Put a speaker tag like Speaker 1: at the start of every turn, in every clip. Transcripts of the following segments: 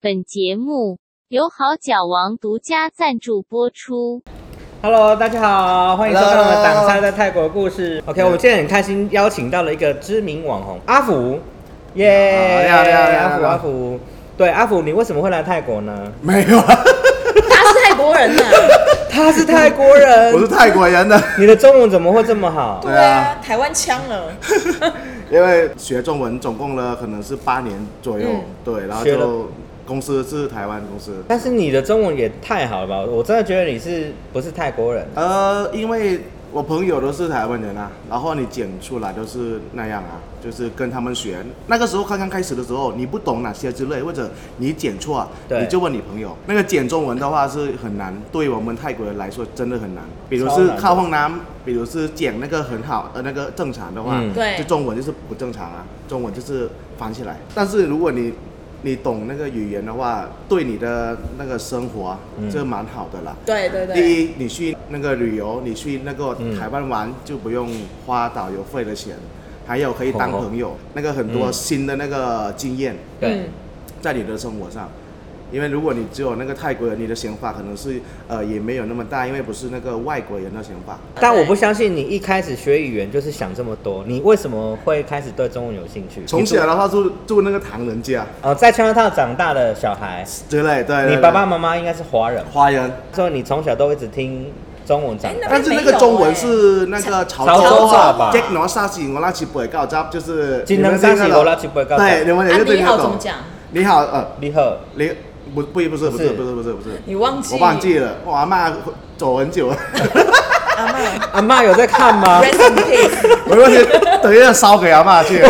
Speaker 1: 本节目由好脚王独家赞助播出。
Speaker 2: Hello，大家好，欢迎收看我们
Speaker 3: Hello
Speaker 2: 党沙的泰国故事。OK，我们今天很开心邀请到了一个知名网红阿福，耶、
Speaker 3: 你好你好你好
Speaker 2: 阿福
Speaker 3: 你好
Speaker 2: 阿福，对阿福，你为什么会来泰国呢？
Speaker 3: 没有啊，
Speaker 4: 他是泰国人呐、
Speaker 2: 他是泰国人
Speaker 3: 我，是泰国人的，
Speaker 2: 你的中文怎么会这么好？
Speaker 3: 对啊，
Speaker 4: 台湾腔了，
Speaker 3: 因为学中文总共呢可能是八年左右，
Speaker 4: 嗯
Speaker 3: 对，然后
Speaker 2: 学了
Speaker 3: 就公司是台湾公司，
Speaker 2: 但是你的中文也太好了吧！我真的觉得你是不是泰国人？
Speaker 3: 呃，因为我朋友都是台湾人啊，然后你讲出来都是那样啊，就是跟他们学。那个时候刚刚开始的时候，你不懂哪些之类，或者你讲错啊，
Speaker 2: 对
Speaker 3: 你就问你朋友。那个讲中文的话是很难，对我们泰国人来说真的很难。比如
Speaker 2: 超
Speaker 3: 是
Speaker 2: 难的
Speaker 3: 靠荒南，比如是讲那个很好，呃，那个正常的话，
Speaker 2: 嗯
Speaker 4: 对
Speaker 3: 就中文就是不正常啊，中文就是翻起来。但是如果你你懂那个语言的话，对你的那个生活啊
Speaker 2: 嗯
Speaker 3: 这蛮好的啦。
Speaker 4: 对对对，
Speaker 3: 第一，你去那个旅游，你去那个
Speaker 2: 嗯
Speaker 3: 台湾玩、就不用花导游费的钱，还有可以当朋友，那个很多
Speaker 2: 嗯
Speaker 3: 新的那个经验
Speaker 2: 对，
Speaker 4: 嗯
Speaker 3: 在你的生活上。因为如果你只有那个泰国人，你的想法可能是呃也没有那么大，因为不是那个外国人的想法。
Speaker 2: 但我不相信你一开始学语言就是想这么多，你为什么会开始对中文有兴趣？
Speaker 3: 从小的话住住那个唐人街啊
Speaker 2: 呃，在川套长大的小孩，
Speaker 3: 之类，对，
Speaker 2: 你
Speaker 3: 对
Speaker 2: 爸爸妈妈应该是华人吧
Speaker 3: 对华人，
Speaker 2: 所以你从小都一直听中文长
Speaker 4: 哎那
Speaker 2: 大，
Speaker 3: 但是那个中文是那个啊潮州
Speaker 2: 潮州
Speaker 3: 话
Speaker 2: 话，
Speaker 3: 吉拿沙西我拉起北告招，就是
Speaker 2: 吉拿沙西我拉起北告
Speaker 3: 对，你们也
Speaker 4: 啊
Speaker 3: 是听
Speaker 4: 你
Speaker 3: 得
Speaker 4: 好怎么
Speaker 3: 懂。
Speaker 4: 讲？
Speaker 3: 你好，呃，
Speaker 2: 你好，
Speaker 3: 你不不不是不是
Speaker 2: 不
Speaker 3: 不
Speaker 2: 是
Speaker 3: 是不是不是，
Speaker 4: 你忘记？
Speaker 3: 我忘记了，我阿妈走很久了，
Speaker 4: 阿妈
Speaker 2: 阿妈有在看吗？
Speaker 4: ，rest in peace。
Speaker 3: 没关 系，等一下烧给 阿妈去，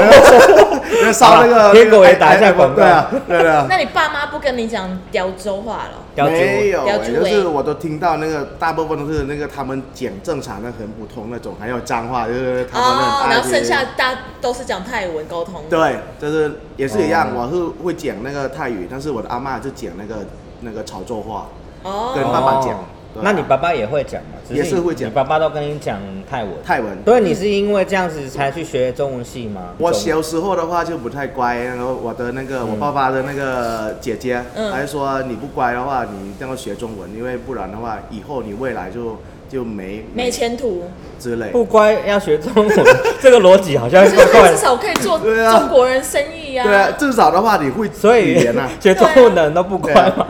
Speaker 3: 因为烧那
Speaker 2: 好啦
Speaker 3: 个
Speaker 2: 天狗也
Speaker 3: 哎
Speaker 2: 打一下
Speaker 3: 哎
Speaker 2: 广告
Speaker 3: 对啊对啊。
Speaker 4: 那你爸妈不跟你讲雕州话了？
Speaker 2: 要煮
Speaker 3: 没有，
Speaker 4: 标
Speaker 3: 哎
Speaker 4: 注
Speaker 3: 就是
Speaker 4: 位
Speaker 3: 我都听到那个大部分都是那个他们讲正常的很普通那种，还有脏话，就是他们
Speaker 4: 哦
Speaker 3: 很，爱
Speaker 4: 然后剩
Speaker 3: 听
Speaker 4: 下大家都是讲泰文沟通。
Speaker 3: 对，就是也是一样，
Speaker 2: 哦
Speaker 3: 我是会讲那个泰语，但是我的阿妈是讲那个那个潮州话，
Speaker 2: 哦
Speaker 3: 跟
Speaker 4: 哦，
Speaker 3: 爸爸讲对啊
Speaker 2: 那你爸爸也会讲嘛？只
Speaker 3: 也是会讲嗯
Speaker 2: 你爸爸都跟你讲泰文，
Speaker 3: 泰文。
Speaker 2: 所以你是因为这样子才去学中文系吗？
Speaker 3: 我
Speaker 2: 中文
Speaker 3: 小时候的话就不太乖，然后我的那个我爸爸的那个姐姐，
Speaker 4: 嗯
Speaker 3: 还说你不乖的话，你一定要学中文，因为不然的话，以后你未来就就没
Speaker 4: 没前途，
Speaker 3: 之类。
Speaker 2: 不乖要学中 文，这个逻辑好像
Speaker 4: 就是
Speaker 2: 怪怪
Speaker 4: 他至
Speaker 2: 的。
Speaker 4: 少可以做
Speaker 3: 对啊
Speaker 4: 中国人生意呀。
Speaker 3: 对啊，至少的话你会
Speaker 2: 所
Speaker 3: 语
Speaker 2: 以。
Speaker 3: 言啊
Speaker 2: 学中文的人都不乖吗？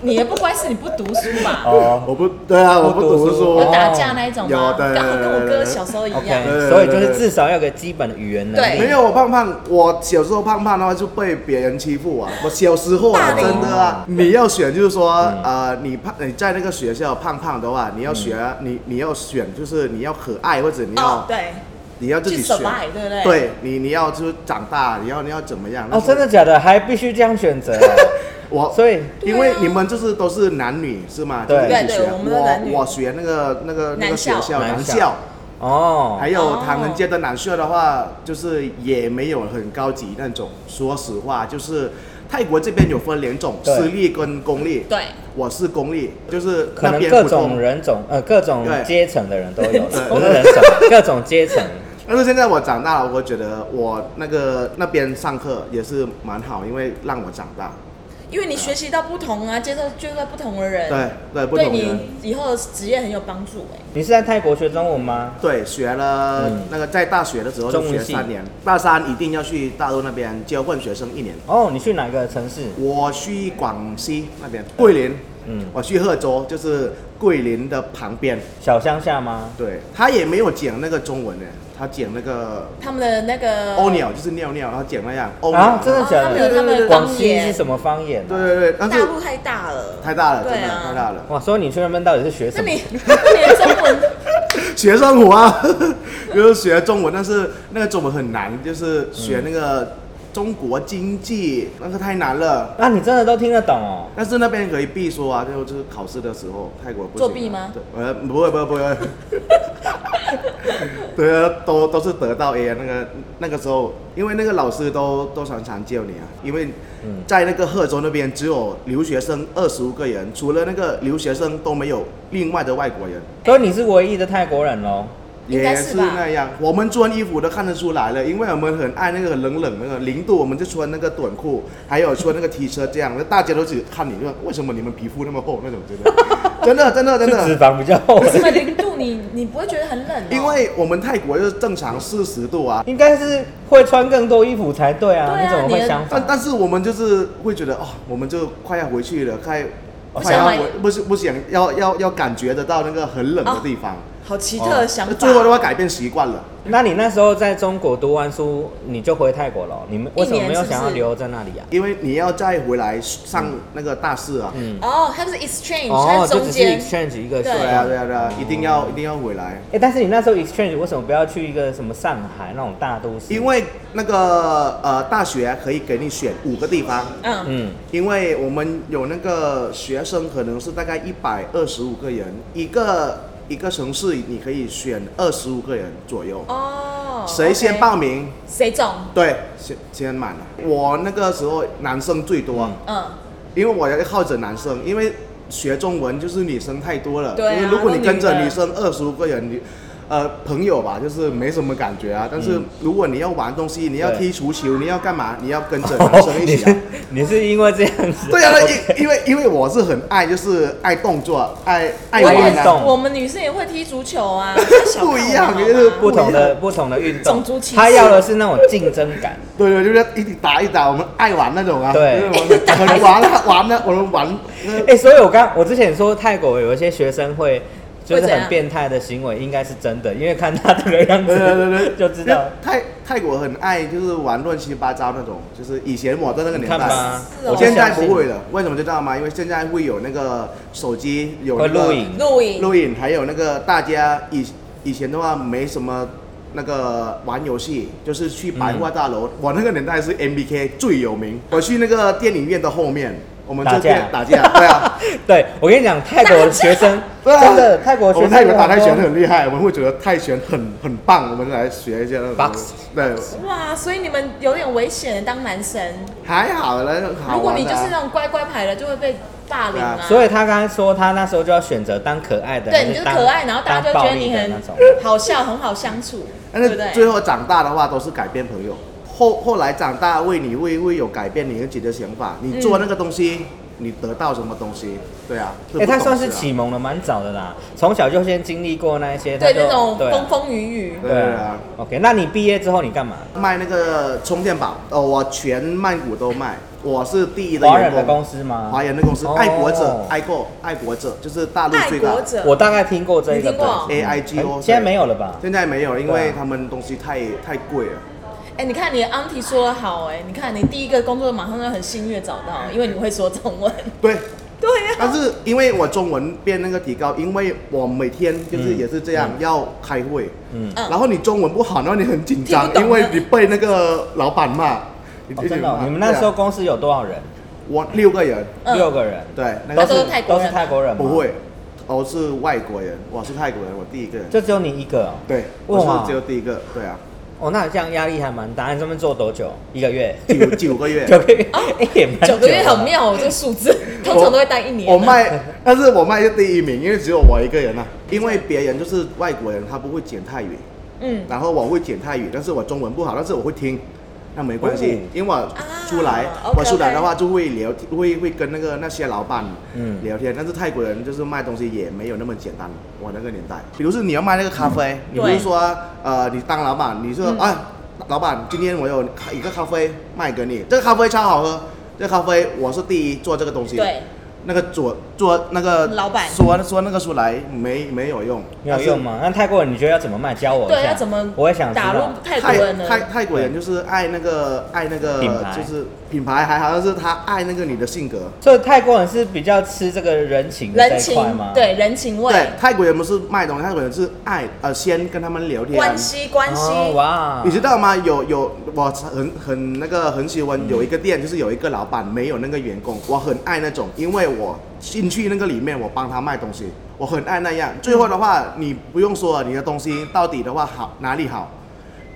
Speaker 4: 你的不乖是你不读书嘛，
Speaker 2: 哦
Speaker 3: 我不对啊，我不读书
Speaker 2: 不
Speaker 4: 有
Speaker 2: 读书。
Speaker 4: 打架那一种吗？
Speaker 3: 有对对
Speaker 4: 刚好跟我
Speaker 3: 对
Speaker 4: 哥
Speaker 3: 对对啊
Speaker 4: 小时候一样。
Speaker 2: ，OK，
Speaker 3: 对
Speaker 2: 所以就是至少要有个基本的语言能力。
Speaker 4: 对
Speaker 3: 没有我胖胖，我小时候胖胖的话就被别人欺负啊。我小时候啊
Speaker 4: 霸，凌
Speaker 3: 真的啊，你要选就是说，
Speaker 4: 嗯
Speaker 3: 呃，你胖你在那个学校胖胖的话，你要学、啊你你要选就是你要可爱或者你要、
Speaker 4: 嗯哦，对，
Speaker 3: 你要自己
Speaker 4: 去
Speaker 3: 选，
Speaker 4: survive，对不对
Speaker 3: 对你，你要就是长大，你要你要怎么样？
Speaker 2: 哦，真的，假的？还必须这样选择哦？
Speaker 3: 我
Speaker 2: 所以
Speaker 3: 因为你们就是都是男女是吗？
Speaker 2: 对
Speaker 3: 就是一起
Speaker 4: 对
Speaker 3: 学
Speaker 4: 对我们都男女
Speaker 3: 我我学那个那个那个
Speaker 4: 男
Speaker 3: 学
Speaker 4: 校
Speaker 3: 校
Speaker 2: 男
Speaker 3: 男
Speaker 2: 校
Speaker 3: 校，
Speaker 2: 哦
Speaker 3: 还，有
Speaker 4: 哦
Speaker 3: 唐人街的男校的话，就是也没有很高级那种。说实话，就是泰国这边有分两种，
Speaker 2: 对
Speaker 3: 私立跟公立。
Speaker 4: 对，
Speaker 3: 我是公立，就是
Speaker 2: 可
Speaker 3: 那
Speaker 2: 能
Speaker 3: 边
Speaker 2: 各
Speaker 3: 普
Speaker 2: 种
Speaker 3: 通。
Speaker 2: 人种呃各种
Speaker 3: 对
Speaker 2: 阶层的人都有，
Speaker 3: 对
Speaker 2: 不是人种，各种阶层。
Speaker 3: 但是现在我长大了，我觉得我那个那边上课也是蛮好，因为让我长大。
Speaker 4: 因为你学习到不同啊，接受接触到不同的人，
Speaker 3: 对对，不
Speaker 4: 对
Speaker 3: 同人。
Speaker 4: 你以后的职业很有帮助哎、
Speaker 2: 你是在泰国学中文吗？
Speaker 3: 对，学了
Speaker 2: 嗯
Speaker 3: 那个在大学的时候就
Speaker 2: 中文
Speaker 3: 学
Speaker 2: 系
Speaker 3: 三年，大三一定要去大陆那边交换学生一年。
Speaker 2: 哦，你去哪个城市？
Speaker 3: 我去广西那边，桂林，
Speaker 2: 嗯，
Speaker 3: 我去贺州，就是桂林的旁边。
Speaker 2: 小乡下吗？
Speaker 3: 对他也没有讲那个中文的，他讲那个
Speaker 4: 他们的那个
Speaker 3: 欧鸟，就是尿尿，他讲那样欧
Speaker 2: 啊
Speaker 3: 鸟。，
Speaker 2: 真的假
Speaker 4: 他们
Speaker 2: 的？
Speaker 4: 哦有他们的
Speaker 2: 广
Speaker 4: 方
Speaker 2: 西是
Speaker 4: 言，
Speaker 2: 什么方言啊？
Speaker 3: 哦对对对，但
Speaker 4: 大
Speaker 3: 是
Speaker 4: 陆太大了，
Speaker 3: 太大了，真
Speaker 4: 对
Speaker 3: 的、
Speaker 4: 啊，
Speaker 3: 太大了。
Speaker 2: 哇，所以你去那边到底是学什
Speaker 4: 那
Speaker 2: 么？
Speaker 4: 你 那你的中文
Speaker 3: 学生活啊， 就是学中文，但是那个中文很难，就是学那个中国经济，那个太难了。
Speaker 2: 那啊你真的都听得懂哦？
Speaker 3: 但是那边可以避说啊，就就是考试的时候，泰国不行啊
Speaker 4: 作弊吗
Speaker 3: 对，呃，不会不会不会， 对啊，都都是得到 A 啊。那个那个时候，因为那个老师都都常常叫你啊，因为在那个贺州那边只有留学生二十五个人，除了那个留学生都没有另外的外国人。
Speaker 2: 所以你是唯一的泰国人喽？哦
Speaker 4: 应该
Speaker 3: 也
Speaker 4: 是
Speaker 3: 是
Speaker 4: 吧
Speaker 3: 那样。我们穿衣服都看得出来了，因为我们很爱那个很冷冷那个零度，我们就穿那个短裤，还有穿那个 T 恤这样，那大家都只看你，就为什么你们皮肤那么厚那种，真 的，真的，真的，真
Speaker 2: 是脂
Speaker 3: 的。
Speaker 2: 肪比较厚
Speaker 4: 为，什么零度你你不会觉得很冷哦、
Speaker 3: 因为我们泰国就是正常四十度啊，
Speaker 2: 应该是会穿更多衣服才对啊，
Speaker 4: 对啊
Speaker 2: 你怎么
Speaker 4: 你
Speaker 2: 会
Speaker 4: 的
Speaker 2: 相
Speaker 3: 但
Speaker 2: 反？
Speaker 3: 但是我们就是会觉得哦，我们就快要回去了，快
Speaker 4: 我
Speaker 3: 快要
Speaker 4: 想买
Speaker 3: 回，不是不想要要要感觉得到那个很冷的
Speaker 4: 哦
Speaker 3: 地方。
Speaker 4: 好奇
Speaker 3: 一
Speaker 4: 特的想法。
Speaker 3: 最后都要改变习惯了。
Speaker 2: 那你那时候在中国读完书，你就回泰国了？你们为什么没
Speaker 4: 一年是
Speaker 2: 有
Speaker 4: 不是
Speaker 2: 想要留在那里啊？
Speaker 3: 因为你要再回来上
Speaker 4: 嗯
Speaker 3: 那个大四啊，
Speaker 2: 嗯，
Speaker 4: 哦，它不是 exchange，、它
Speaker 2: 哦，
Speaker 4: 是
Speaker 2: 就
Speaker 4: 中
Speaker 2: 只是
Speaker 4: 间
Speaker 2: exchange 一个
Speaker 4: 对哦
Speaker 2: 学
Speaker 3: 对
Speaker 2: 校
Speaker 3: 啊对啊对啊，一定要一定要回来，
Speaker 2: 哎、但是你那时候 exchange 为什么不要去一个什么上海那种大都市？
Speaker 3: 因为那个呃大学可以给你选五个地方，
Speaker 4: 嗯，
Speaker 2: 嗯，
Speaker 3: 因为我们有那个学生可能是大概一百二十五个人，一个一个城市你可以选二十五个人左右，
Speaker 4: 哦，
Speaker 3: 谁先
Speaker 4: OK
Speaker 3: 报名？
Speaker 4: 谁中？
Speaker 3: 对，先先满了。我那个时候男生最多，
Speaker 4: 嗯，
Speaker 3: 因为我要靠着男生，因为学中文就是女生太多了，
Speaker 4: 对啊
Speaker 3: 因为如果你跟
Speaker 4: 都
Speaker 3: 着
Speaker 4: 女的
Speaker 3: 女生二十五个人，你呃朋友吧，就是没什么感觉啊。但是如果你要玩东西，你要踢足球，你要干嘛，你要跟着男生一
Speaker 2: 哦你
Speaker 3: 起啊
Speaker 2: 是。 你是因为这样子？
Speaker 3: 对啊， 因因为因为我是很爱就是爱动作，爱爱
Speaker 4: 我
Speaker 2: 运
Speaker 3: 玩
Speaker 4: 也
Speaker 3: 啊。
Speaker 2: 动
Speaker 4: 我们女生也会踢足 球啊，那小朋友
Speaker 3: 不一样
Speaker 4: 好吗
Speaker 3: 就是
Speaker 2: 不同的不同的运动，
Speaker 4: 种族歧视
Speaker 2: 他要的是那种竞争感。
Speaker 3: 对对，就是一起打一打，我们爱玩那种啊。
Speaker 2: 对
Speaker 3: 就是我们我们玩啊玩啊，我们玩 那
Speaker 2: 哎、所以我刚我之前说泰国有一些学生会就是
Speaker 4: 会怎样
Speaker 2: 很变态的行为，应该是真的，因为看他这个样
Speaker 3: 对对对
Speaker 2: 子
Speaker 3: 对，
Speaker 2: 就知道。
Speaker 3: 泰泰国很爱就是玩乱七八糟那种，就是以前我在那个
Speaker 2: 你
Speaker 3: 年
Speaker 2: 看
Speaker 3: 代
Speaker 2: 吧，，
Speaker 4: 是哦
Speaker 2: 我就
Speaker 3: 现在
Speaker 2: 相信
Speaker 3: 不会了。为什么知道吗？因为现在会有那个手机有
Speaker 2: 会
Speaker 3: 那个
Speaker 2: 录影，
Speaker 4: 录影
Speaker 3: 录影，还有那个大家以以前的话没什么。那个玩游戏就是去百货大楼，我那个年代是 M B K 最有名。我去那个电影院的后面，我们
Speaker 2: 打
Speaker 3: 就
Speaker 2: 架
Speaker 3: 变打架，对啊，
Speaker 2: 对我跟你讲，泰国的学生
Speaker 3: 对啊，
Speaker 2: 真的泰国
Speaker 3: 我
Speaker 2: 学
Speaker 3: 们
Speaker 2: 生
Speaker 3: 泰国打泰拳
Speaker 2: 很多
Speaker 3: 很厉害，我们会觉得泰拳很很棒，我们来学一下那种
Speaker 2: Box
Speaker 3: 对，
Speaker 4: 哇，所以你们有点危险，当男生，
Speaker 3: 还好啦，好玩的啊
Speaker 4: 如果你就是那种乖乖牌的，就会被霸凌啊。
Speaker 2: 所以他刚刚说他那时候就要选择当可爱的，
Speaker 4: 对
Speaker 2: 还
Speaker 4: 你就是
Speaker 2: 当
Speaker 4: 可爱，然后大家就
Speaker 2: 当
Speaker 4: 觉
Speaker 2: 暴
Speaker 4: 得
Speaker 2: 力
Speaker 4: 你
Speaker 2: 的
Speaker 4: 很
Speaker 2: 那种。
Speaker 4: 好笑，很好相处，
Speaker 3: 但
Speaker 4: 对不
Speaker 3: 是最
Speaker 4: 对？
Speaker 3: 后长大的话都是改变朋友，后后来长大为你会会有改变你自己的想法，你做那个东西，你得到什么东西？对啊，
Speaker 2: 哎、
Speaker 3: 这不
Speaker 2: 他
Speaker 3: 懂
Speaker 2: 算是
Speaker 3: 事啊
Speaker 2: 启蒙的蛮早的啦，从小就先经历过那一些，他
Speaker 4: 对
Speaker 2: 就
Speaker 4: 那种
Speaker 2: 对啊
Speaker 4: 风风雨雨，
Speaker 2: 对
Speaker 3: 对
Speaker 2: 啊
Speaker 3: 啊。
Speaker 2: OK，那你毕业之后你干嘛？
Speaker 3: 卖那个充电宝，呃，我全曼谷都卖，我是第一的
Speaker 2: 华
Speaker 3: 员
Speaker 2: 人
Speaker 3: 工
Speaker 2: 的公司吗？
Speaker 3: 华人的公司，
Speaker 2: 哦
Speaker 3: 爱国者，爱国，爱国者就是大陆
Speaker 4: 爱
Speaker 3: 最大
Speaker 4: 国。者，
Speaker 2: 我大概听过这一个，
Speaker 4: 你听过
Speaker 2: 对
Speaker 3: AIGO
Speaker 2: 嗯现在没有了吧？
Speaker 3: 现在没有，因
Speaker 2: 对
Speaker 3: 为
Speaker 2: 啊
Speaker 3: 他们东西太太贵了。
Speaker 4: 哎，你看你的 auntie 说的好，哎，你看你第一个工作马上就很幸运地找到，因为你会说中 文，
Speaker 3: 对，
Speaker 4: 对呀，
Speaker 3: 但是因为我中文变那个提高，因为我每天就是也是这样、要开会，
Speaker 2: 嗯
Speaker 3: 嗯，
Speaker 4: 嗯
Speaker 3: 然后你中文不好，然后你很紧
Speaker 4: 听
Speaker 3: 张，
Speaker 4: 不懂
Speaker 3: 因为你被那个老板骂。你
Speaker 2: 哦真的哦、
Speaker 3: 骂
Speaker 2: 你们那时候
Speaker 3: 对啊
Speaker 2: 公司有多少人？
Speaker 3: 我六个人，
Speaker 4: 嗯
Speaker 2: 六个人，
Speaker 3: 对，那
Speaker 4: 都
Speaker 3: 个
Speaker 4: 是泰国
Speaker 2: 都
Speaker 4: 人
Speaker 2: 是泰国人吗
Speaker 3: 不，会，我是外国人，我是泰国人，我第一个人，
Speaker 2: 就只有你一个哦。
Speaker 3: 对，我
Speaker 2: 哇
Speaker 3: 是只有第一个，对啊，
Speaker 2: 哦，那这样压力还蛮大。你这边做多久？一个月？
Speaker 3: 九九 个月，
Speaker 2: 九个月？
Speaker 4: 哦
Speaker 2: 哎也蛮
Speaker 4: 九个月
Speaker 2: 久的
Speaker 4: 很妙哦，这个数字通常都会待一年啊。
Speaker 3: 我卖， 但是我卖是第一名，因为只有我一个人啊，因为别人就是外国人，他不会讲泰语。
Speaker 4: 嗯，
Speaker 3: 然后我会讲泰语，但是我中文不好，但是我会听，那没关系，
Speaker 2: 哦
Speaker 3: 因为我出来，
Speaker 4: 啊
Speaker 3: 我出来
Speaker 4: OK，OK
Speaker 3: 的话就会聊，会会跟那个那些老板
Speaker 2: 嗯
Speaker 3: 聊天。但是泰国人就是卖东西也没有那么简单，我那个年代，比如是你要卖那个咖啡，
Speaker 2: 嗯
Speaker 3: 你不
Speaker 4: 对
Speaker 3: 是说呃你当老板，你说
Speaker 4: 嗯
Speaker 3: 哎老板，今天我有一个咖啡卖给你，这个咖啡超好喝，这个咖啡我是第一做这个东西。
Speaker 4: 对，
Speaker 3: 那个做做那个
Speaker 4: 老板
Speaker 3: 说说那个出来没没有用，
Speaker 2: 没有用吗？那泰国人你觉得要怎么卖？教我一下。
Speaker 4: 对，要怎么
Speaker 2: 我也想知
Speaker 4: 打入
Speaker 2: 道。
Speaker 4: 泰国
Speaker 3: 泰
Speaker 4: 人呢？
Speaker 3: 泰泰国人就是爱那个爱那个，
Speaker 2: 品牌
Speaker 3: 就是品牌还好，但是他爱那个你的性格。
Speaker 2: 所以泰国人是比较吃这个人情的
Speaker 4: 人
Speaker 2: 这一块吗
Speaker 4: 情？，，对人情
Speaker 3: 对
Speaker 4: 味，，
Speaker 3: 泰国人不是卖东西，泰国人是爱呃，先跟他们聊天。
Speaker 4: 关系关系，
Speaker 2: 哦哇，
Speaker 3: 你知道吗？有有，我很很那个很喜欢有一个店，就是有一个老板没有那个员工，我很爱那种，因为我进去那个里面，我帮他卖东西，我很爱那样。最后的话，你不用说你的东西到底的话好哪里好，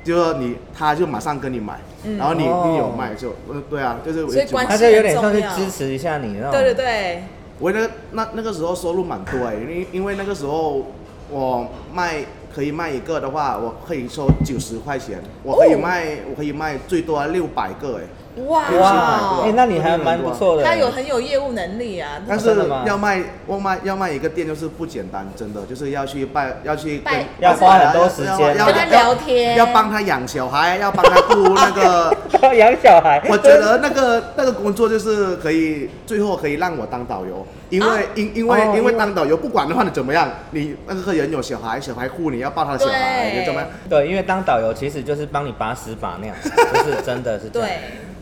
Speaker 3: 就说你他就马上跟你买，然后你
Speaker 2: 哦
Speaker 3: 你有卖就呃对啊，就是
Speaker 4: 嗯所以关
Speaker 2: 他
Speaker 4: 系
Speaker 2: 这有点算是
Speaker 4: 很重要
Speaker 2: 支持一下你那种。
Speaker 4: 对对对，
Speaker 3: 我那个那那个时候收入蛮多哎、因因为那个时候我卖。可以卖一个的话，我可以收九十块钱，我可以卖，我可以卖最多六百个哎，
Speaker 2: 嗯
Speaker 4: 哇哎
Speaker 3: 哇
Speaker 2: 哎、那你还蛮不错的。
Speaker 4: 他有很有业务能力啊，
Speaker 3: 但
Speaker 2: 真
Speaker 3: 是
Speaker 2: 的吗
Speaker 3: 要卖，要卖要卖一个店就是不简单，真的就是要去拜，要去跟
Speaker 4: 拜
Speaker 2: 要花很多时间
Speaker 3: 要
Speaker 4: 跟他聊天，
Speaker 3: 要帮他养小孩，要帮他顾那个。
Speaker 2: 要 养小孩，
Speaker 3: 我觉得那个那个工作就是可以，最后可以让我当导游，因为、
Speaker 4: 啊
Speaker 3: 因因为、
Speaker 2: 哦
Speaker 3: 因
Speaker 2: 因为
Speaker 3: 为当导游不管的话你怎么样，你那个客人有小孩，小孩哭你要抱他的小孩，
Speaker 4: 对
Speaker 3: 你怎么样？
Speaker 2: 对，因为当导游其实就是帮你把屎把 尿，就是真的是这样。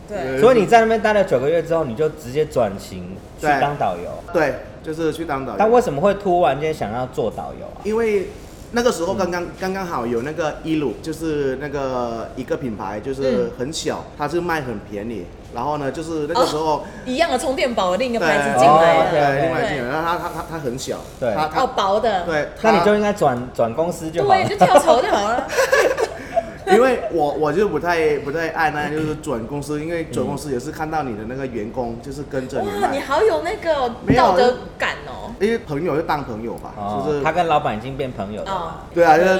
Speaker 4: 对对，
Speaker 3: 对
Speaker 2: 所以你在那边待了九个月之后，你就直接转型去
Speaker 3: 对
Speaker 2: 当导游。
Speaker 3: 对，就是去当导
Speaker 2: 但
Speaker 3: 游，
Speaker 2: 为什么会突然间想要做导游啊？
Speaker 3: 因为那个时候刚刚、
Speaker 4: 嗯
Speaker 3: 刚刚好有那个一路，就是那个一个品牌，就是
Speaker 4: 嗯
Speaker 3: 很小，它是卖很便宜，然后呢，就是那个时候。
Speaker 4: 一样的充电宝的另一个
Speaker 3: 对，
Speaker 4: 哦牌子进来
Speaker 2: 哦
Speaker 4: 了，
Speaker 2: 对
Speaker 3: 对，另外进来，然后它它它它很小，
Speaker 2: 对
Speaker 3: 它
Speaker 4: 哦
Speaker 3: 它
Speaker 4: 薄的，
Speaker 3: 对，
Speaker 2: 那你
Speaker 3: 它
Speaker 2: 就应该转转公司就好
Speaker 4: 对，
Speaker 2: 了
Speaker 4: 就。跳槽就 好了，
Speaker 3: 因为我我就不太不太爱那样，就是转公司，因为转公司也是看到你的那个员工就是跟着你
Speaker 4: 哇，你
Speaker 3: 卖，
Speaker 4: 好有那个
Speaker 3: 没有
Speaker 4: 道德感哦，
Speaker 3: 因为朋友就当朋友吧，就
Speaker 2: 哦，
Speaker 3: 是
Speaker 2: 他跟老板已经变朋友了。
Speaker 4: 哦，
Speaker 3: 对啊，就
Speaker 4: 对
Speaker 3: 是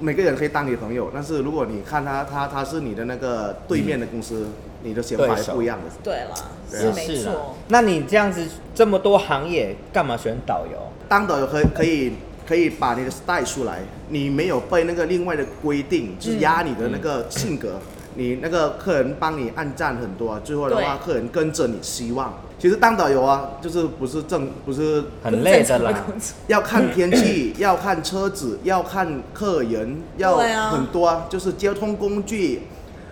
Speaker 3: 每个人可以当你朋友，但是如果你看他他他是你的那个对面的公司，你的想法
Speaker 2: 嗯对
Speaker 3: 是
Speaker 2: 手
Speaker 3: 不一样的。
Speaker 4: 对啦，
Speaker 3: 对啊
Speaker 4: 是
Speaker 2: 也
Speaker 4: 没
Speaker 2: 是啦
Speaker 4: 错，。
Speaker 2: 那你这样子这么多行业，干嘛选导游？
Speaker 3: 当导游可以可以可以把你的带出来，你没有被那个另外的规定就是压你的那个性格，
Speaker 4: 嗯
Speaker 3: 你那个客人帮你按赞很多，最后的话客人跟着你希望。其实当导游啊，就是不是正不是
Speaker 2: 很累的
Speaker 4: 不是正常
Speaker 2: 啦
Speaker 4: 的。工作
Speaker 3: 要看天气，要看车子，要看客人，要
Speaker 4: 对啊
Speaker 3: 很多、啊，就是交通工具。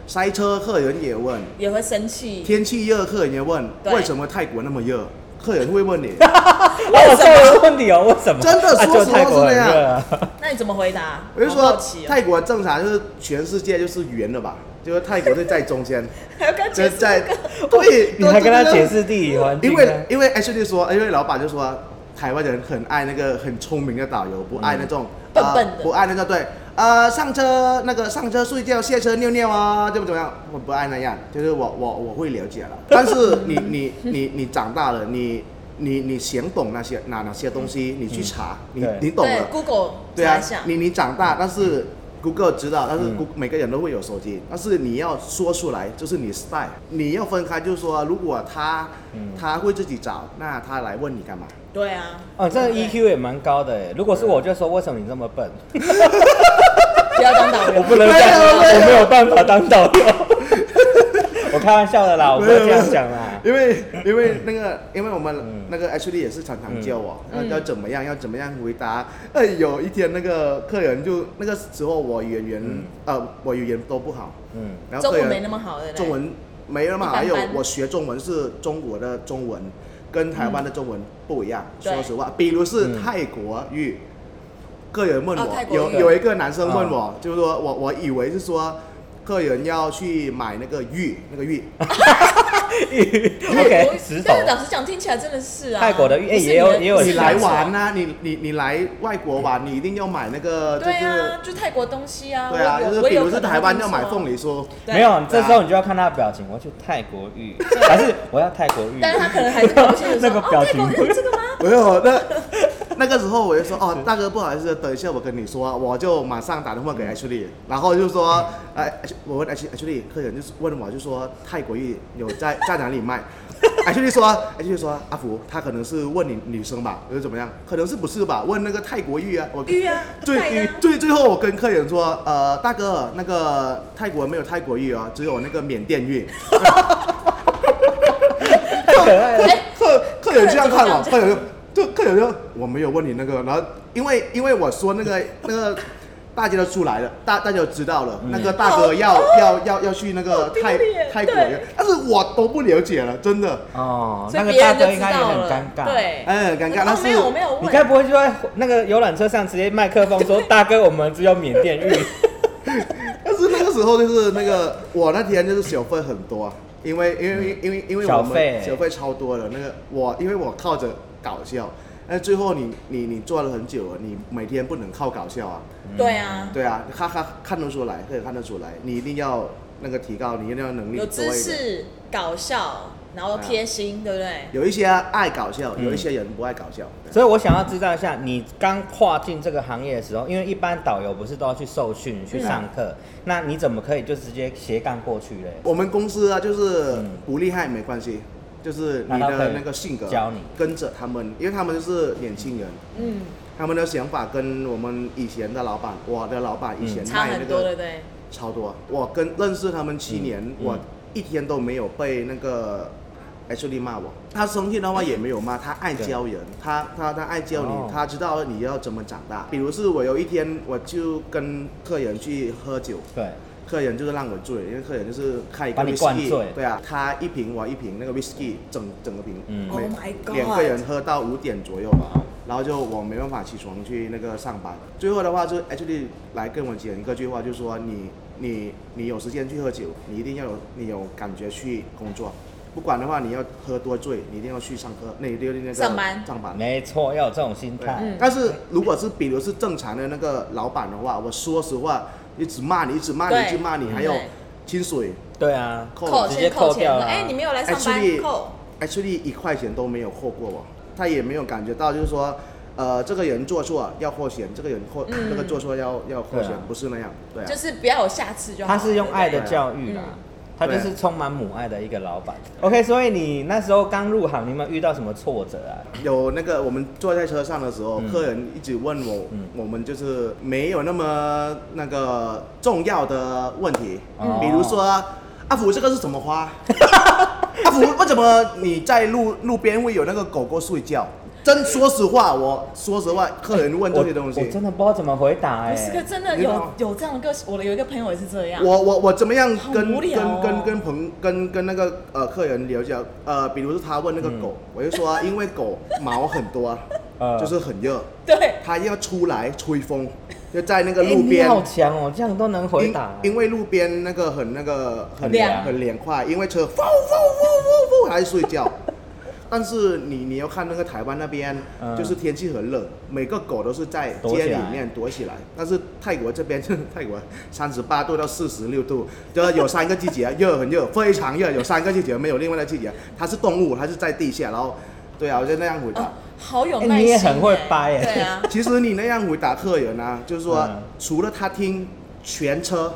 Speaker 3: 塞车，客人也问；
Speaker 4: 也会生气，
Speaker 3: 天气热，客人也问
Speaker 4: 对
Speaker 3: 为什么泰国那么热，客人会问你。
Speaker 2: 哦， 我这个问题哦，为什么？
Speaker 3: 真 的
Speaker 2: 啊
Speaker 3: 说
Speaker 2: 就
Speaker 3: 实话
Speaker 2: 泰国
Speaker 3: 是
Speaker 2: 很
Speaker 3: 这样
Speaker 2: 热 啊。
Speaker 4: 那你怎么回答？
Speaker 3: 我就
Speaker 4: 好
Speaker 3: 说
Speaker 4: 好奇，哦
Speaker 3: 泰国正常就是全世界就是圆的吧， 就是泰国就在中 间，
Speaker 4: 还要跟他
Speaker 3: 在
Speaker 4: 解释
Speaker 3: 在
Speaker 4: 这个
Speaker 3: 对，
Speaker 2: 你还跟他解
Speaker 3: 对，
Speaker 2: 释地理环
Speaker 3: 对
Speaker 2: 境
Speaker 3: 对因
Speaker 2: 啊？
Speaker 3: 为因为 H D 说，因为老板就说台湾人很爱那个很聪明的导游，不爱那种
Speaker 4: 嗯笨
Speaker 3: 呃
Speaker 4: 笨的
Speaker 3: 不爱那个对。呃，上车那个上车睡觉，下车尿尿啊，怎么怎么样？我不爱那样，就是我我我会了解 了。但是你你你你长大了，你你你想懂那些哪哪些东西，你去查，你
Speaker 2: 对
Speaker 3: 你懂
Speaker 4: 对
Speaker 3: 了，
Speaker 4: Google
Speaker 3: 对
Speaker 4: 查
Speaker 3: 啊
Speaker 4: 一下，，
Speaker 3: 你你长大，但
Speaker 4: 嗯
Speaker 3: 是 Google 知道，但是
Speaker 2: 嗯
Speaker 3: Google, 每个人都会有手机，但是你要说出来，就是你 style，你要分开，就是说，如果他、
Speaker 2: 嗯
Speaker 3: 他会自己找，那他来问你干嘛？
Speaker 4: 对啊，
Speaker 2: 哦，这个
Speaker 4: 对
Speaker 2: EQ 也蛮高的哎。如果是我，就说为什么你这么笨？
Speaker 4: 不要当导游，
Speaker 2: 我不能这样，我没有办法当导 游。我开玩笑的啦，我不会这样讲啦。
Speaker 3: 因为因为那个，因为我
Speaker 2: 嗯
Speaker 3: 们那个 H D 也是常常教我、
Speaker 4: 嗯
Speaker 3: 要要怎么样，要怎么样回答。呃，有一天那个客人就那个时候我语言、
Speaker 2: 嗯
Speaker 3: 呃我语言都不好，
Speaker 2: 嗯，
Speaker 3: 然后
Speaker 4: 中
Speaker 3: 客
Speaker 4: 文
Speaker 3: 人
Speaker 4: 没那么好的嘞，
Speaker 3: 中文没那么好，
Speaker 4: 一般
Speaker 3: 还有
Speaker 4: 般
Speaker 3: 我学中文是中国的中文，跟台湾的中文不一样。
Speaker 4: 嗯对
Speaker 3: 说实话，比如是
Speaker 2: 嗯
Speaker 3: 泰国语，客人问我，
Speaker 4: 哦泰国
Speaker 3: 有
Speaker 4: 语
Speaker 3: 有一个男生问我，就是说我我以为是说客人要去买那个玉，那个玉，
Speaker 4: 泰国
Speaker 2: 嗯 OK，石头
Speaker 4: 但。是老实讲，听起来真的是啊，
Speaker 2: 泰国的哎
Speaker 4: 不是
Speaker 2: 也有
Speaker 4: 你的
Speaker 2: 也有
Speaker 4: 不是
Speaker 3: 你
Speaker 4: 的
Speaker 3: 来
Speaker 4: 错
Speaker 3: 玩呐、你你你来外国玩，你一定要买那个就
Speaker 4: 对
Speaker 3: 是
Speaker 4: 啊，。就泰国东西啊，
Speaker 3: 对啊，
Speaker 4: 我有
Speaker 3: 就是
Speaker 4: 我
Speaker 3: 比
Speaker 4: 有
Speaker 3: 如
Speaker 4: 可
Speaker 3: 是
Speaker 4: 能
Speaker 3: 台湾
Speaker 4: 会
Speaker 3: 要
Speaker 4: 听错
Speaker 3: 买凤梨酥，
Speaker 4: 对
Speaker 2: 没有，这时
Speaker 3: 对啊
Speaker 2: 候你就要看他的表情。我要去泰国 浴，还是我要泰国浴？
Speaker 4: 但是他可能还是表现
Speaker 2: 那个表情
Speaker 4: 哦、泰国有这个 吗？
Speaker 3: 没有，那 那个时候我就说哦，大哥不好意思，等一下我跟你说，我就马上打电话给 H D，然后就说，哎、H- 我问 H H D 客人就是问我就说泰国玉有在在哪里卖？H D 说，H D 说阿福，他可能是问你女生吧，或者怎么样？可能是不是吧？问那个泰国玉啊，我
Speaker 4: 玉啊，泰
Speaker 3: 最
Speaker 4: 的啊
Speaker 3: 最最后，我跟客人说，呃，大哥，那个泰国没有泰国玉啊，只有那个缅甸玉。
Speaker 2: 太可爱了。
Speaker 4: 哎
Speaker 3: 客客人这样看我，
Speaker 4: 客
Speaker 3: 客人就就客人就我没有问你那个，然后因为因为我说那个那个大家都出来了，大大家都知道了，
Speaker 2: 嗯
Speaker 3: 那个大哥
Speaker 4: 哦
Speaker 3: 要、要要要去那个
Speaker 4: 丢
Speaker 3: 泰
Speaker 4: 脸
Speaker 3: 泰国
Speaker 4: 对
Speaker 3: 人，但是我都不了解了，真的，
Speaker 2: 哦，
Speaker 4: 所
Speaker 2: 那
Speaker 4: 以
Speaker 2: 个
Speaker 4: 别
Speaker 2: 大
Speaker 4: 人就
Speaker 2: 哥应
Speaker 4: 知
Speaker 2: 该也
Speaker 4: 道
Speaker 2: 很
Speaker 4: 了，
Speaker 2: 尴尬。
Speaker 4: 对，
Speaker 3: 哎很尴尬
Speaker 4: 哦
Speaker 3: 但是
Speaker 4: 没有我没有问，
Speaker 2: 你该不会就在那个游览车上直接麦克风说：“大哥，我们只有缅甸 浴。
Speaker 3: 但是那个时候就是那个我那天就是小费很多啊，因为因为因为因为
Speaker 2: 嗯
Speaker 3: 我
Speaker 2: 小
Speaker 3: 们
Speaker 2: 费
Speaker 3: 小费超多了，那个我因为我靠着搞笑。但最后你你你做了很久了，你每天不能靠搞笑啊，
Speaker 4: 对啊，
Speaker 3: 对啊，他他看得出来，可以看得出来，你一定要那个提高，你一定要能力
Speaker 4: 有
Speaker 3: 多
Speaker 4: 知
Speaker 3: 一点。
Speaker 4: 识、搞笑，然后贴心，对不对？
Speaker 3: 有一些爱搞笑，
Speaker 4: 嗯
Speaker 3: 有一些人不爱搞笑。对
Speaker 2: 所以我想要知道一下，你刚跨进这个行业的时候，因为一般导游不是都要去受训、去上
Speaker 4: 嗯
Speaker 2: 课，那你怎么可以就直接斜杠过去嘞？
Speaker 3: 我们公司啊，就是
Speaker 2: 嗯
Speaker 3: 不厉害没关系，就是
Speaker 2: 那
Speaker 3: 你
Speaker 2: 他可
Speaker 3: 的
Speaker 2: 以
Speaker 3: 那个性格
Speaker 2: 教你
Speaker 3: 跟着他们，因为他们就是年轻人，
Speaker 4: 嗯，
Speaker 3: 他们的想法跟我们以前的老板，我的老板以前
Speaker 4: 嗯差
Speaker 3: 卖那
Speaker 4: 很多，对
Speaker 3: 个
Speaker 4: 不对？
Speaker 3: 超多。啊我跟认识他们七年，
Speaker 2: 嗯
Speaker 3: 我
Speaker 2: 嗯
Speaker 3: 一天都没有被那个 H D 骂我。他生气的话也没有骂，他爱教人，他他他爱教你
Speaker 2: 哦，
Speaker 3: 他知道你要怎么长大。比如是我有一天我就跟客人去喝酒，
Speaker 2: 对，
Speaker 3: 客人就是让我醉，因为客人就是开一个
Speaker 2: 把
Speaker 3: w
Speaker 2: 你
Speaker 3: h
Speaker 2: 灌
Speaker 3: i
Speaker 2: 醉
Speaker 3: 对啊，他一瓶我一瓶那个 whisky，整整个瓶，
Speaker 2: 嗯
Speaker 3: 每
Speaker 4: Oh my God
Speaker 3: 两个人喝到五点左右吧，然后就我没办法起床去那个上班。最后的话就 actually 来跟我讲一个句话，就说你你你有时间去喝酒，你一定要有你有感觉去工作，不管的话你要喝多醉，你一定要去上课，那一定要那个
Speaker 4: 上班
Speaker 3: 上班。
Speaker 2: 没错，要有这种心
Speaker 3: 对
Speaker 2: 态。
Speaker 4: 嗯
Speaker 3: 哦但是如果是比如是正常的那个老板的话，我说实话，一直骂你，一直骂你，
Speaker 4: 对嗯
Speaker 3: 一直骂你，还有
Speaker 4: 对
Speaker 3: 薪水
Speaker 2: 对啊，
Speaker 3: 扣
Speaker 4: 扣
Speaker 2: 直接
Speaker 4: 先扣
Speaker 2: 扣
Speaker 4: 钱
Speaker 2: 掉啊
Speaker 4: 说
Speaker 2: 了
Speaker 4: 哎，你没有来上班，
Speaker 3: Actually-
Speaker 4: 扣。
Speaker 3: ，actually 一块钱都没有扣过我，他也没有感觉到，就是说，呃，这个人做错要扣钱，这个人扣、
Speaker 4: 嗯
Speaker 3: 这个做错要要扣钱
Speaker 2: 对啊，
Speaker 3: 不是那样，对啊
Speaker 4: 就。是不要有下次就好。
Speaker 2: 他是用爱的
Speaker 4: 对不对
Speaker 2: 教育啦
Speaker 4: 嗯，
Speaker 2: 他就是充满母爱的一个老板。OK，所以你那时候刚入行，你有没有遇到什么挫折啊？
Speaker 3: 有那个我们坐在车上的时候，
Speaker 2: 嗯
Speaker 3: 客人一直问我，
Speaker 2: 嗯
Speaker 3: 我们就是没有那么那个重要的问题，
Speaker 2: 嗯
Speaker 3: 比如说啊阿福这个是什么花？阿福为什么你在路路边会有那个狗狗睡觉？真说实话，我说实话，客人问这些东
Speaker 2: 我
Speaker 3: 西
Speaker 2: 我，真的不知道怎么回答哎、
Speaker 4: 不是个真的
Speaker 3: 你知道
Speaker 4: 有
Speaker 3: 吗
Speaker 4: 有这样的个，我的有一个朋友也是这样。
Speaker 3: 我我我怎么样
Speaker 4: 好
Speaker 3: 跟、
Speaker 4: 无聊
Speaker 3: 跟
Speaker 4: 哦
Speaker 3: 跟跟朋跟跟那个呃客人聊一下？呃，比如是他问那个狗，我就说啊因为狗毛很多，啊
Speaker 2: 呃
Speaker 3: 就是很热。
Speaker 4: 对，
Speaker 3: 他要出来吹风，就在那个
Speaker 2: 哎
Speaker 3: 路边
Speaker 2: 你。好强哦、这样都能回
Speaker 3: 因
Speaker 2: 答、
Speaker 3: 因为路边那个很那个
Speaker 2: 很
Speaker 3: 很
Speaker 4: 凉
Speaker 3: 很凉快，因为车呜呜呜呜呜还睡觉。但是你你要看那个台湾那边，
Speaker 2: 嗯
Speaker 3: 就是天气很冷，每个狗都是在
Speaker 2: 躲
Speaker 3: 街
Speaker 2: 起
Speaker 3: 里
Speaker 2: 来
Speaker 3: 面躲起来。但是泰国这边泰国三十八度到四十六度，就有三个季节，热很热，非常热，有三个季节，没有另外的季节。它是动物，它是在地下，然后对啊，我就那样回答。
Speaker 4: 哦好有
Speaker 2: 哎
Speaker 4: 耐心。
Speaker 2: 你也很会掰哎
Speaker 4: 对啊，
Speaker 3: 其实你那样回答客人啊，就是说，
Speaker 2: 嗯
Speaker 3: 除了他听全车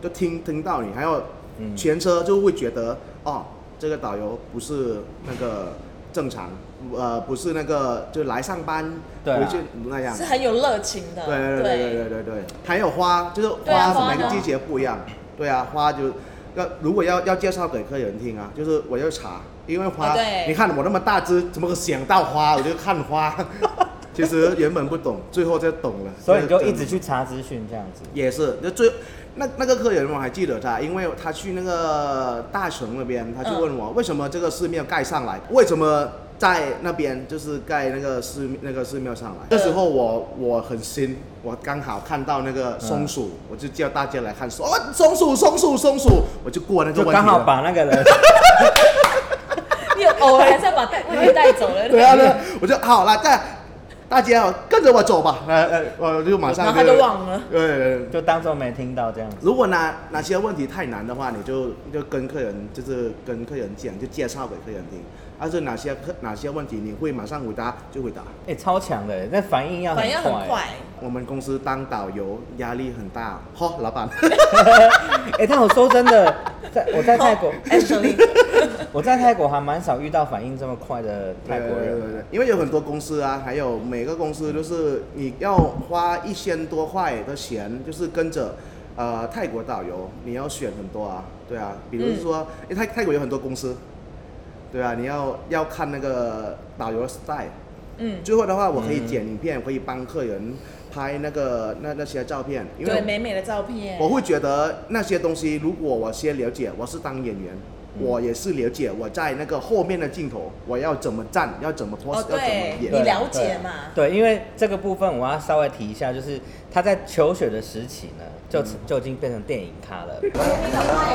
Speaker 3: 就听听到你，还有
Speaker 2: 嗯
Speaker 3: 全车就会觉得、哦，这个导游不是那个正常，呃，不是那个就来上班
Speaker 2: 对啊
Speaker 3: 回去那样
Speaker 4: 是。很有热情的。
Speaker 3: 对对对对对对对，还有花，就是
Speaker 4: 对啊
Speaker 3: 花
Speaker 4: 花
Speaker 3: 每个
Speaker 4: 呢
Speaker 3: 季节不一样。对啊，花就要如果要要介绍给客人听啊，就是我要查，因为花，
Speaker 4: 哦对
Speaker 3: 你看我那么大只，怎么会想到花？我就看花。 其实原本不懂，最后就懂了。
Speaker 2: 所以你就一直
Speaker 3: 去。
Speaker 2: 去查资讯这样子。
Speaker 3: 也是，就最那那个客人我还记得他，因为他去那个大城那边，他就
Speaker 4: 嗯
Speaker 3: 问我、为什么这个寺庙盖上来，为什么在那边就是盖那个寺那个寺庙上
Speaker 4: 嗯
Speaker 3: 来。那时候我我很新，我刚好看到那个松鼠，我就叫大家来看说哦松鼠松鼠松鼠，我就过那个
Speaker 2: 就
Speaker 3: 问题
Speaker 2: 刚好
Speaker 3: 了
Speaker 2: 把那个人，
Speaker 4: 你有偶尔还是要把带妹妹带走了。
Speaker 3: 对啊，对，我就好了，大大家跟着我走吧，呃呃，我就马上
Speaker 4: 然后他就忘了
Speaker 3: 对对对。
Speaker 2: 就当做没听到这样子。
Speaker 3: 如果哪哪些问题太难的话，你就就跟客人就是跟客人讲，就介绍给客人听。但是哪些客哪些问题你会马上回答就回答。
Speaker 2: 哎、超强的，那反
Speaker 3: 啊
Speaker 2: 应要很
Speaker 4: 反
Speaker 2: 快。
Speaker 4: 应很快。
Speaker 3: 我们公司当导游压力很大，吼、老板，
Speaker 2: 哎、但我说真的，在我在泰国，哎
Speaker 4: Ashley，
Speaker 2: 我在泰国还蛮少遇到反应这么快的泰国人。
Speaker 3: 对对对，因为有很多公司啊，还有每个公司都是你要花一千多块的钱，就是跟着。呃，泰国导游你要选很多啊，对啊，比如
Speaker 2: 嗯
Speaker 3: 说，因为泰泰国有很多公司，对啊，你要要看那个导游的 style，
Speaker 4: 嗯，
Speaker 3: 最后的话，我可以剪影片，可以帮客人拍那个那那些照片，因
Speaker 4: 对，
Speaker 3: 为
Speaker 4: 美美的照片。
Speaker 3: 我会觉得那些东西，如果我先了解，我是当演员，
Speaker 4: 嗯
Speaker 3: 我也是了解我在那个后面的镜头，我要怎么站，要怎么 pose，、
Speaker 4: 哦
Speaker 3: 要怎么
Speaker 4: 对
Speaker 3: 演。
Speaker 4: 你了解嘛
Speaker 2: 对，因为这个部分我要稍微提一下，就是他在求学的时期呢，就、就已经变成电影咖了。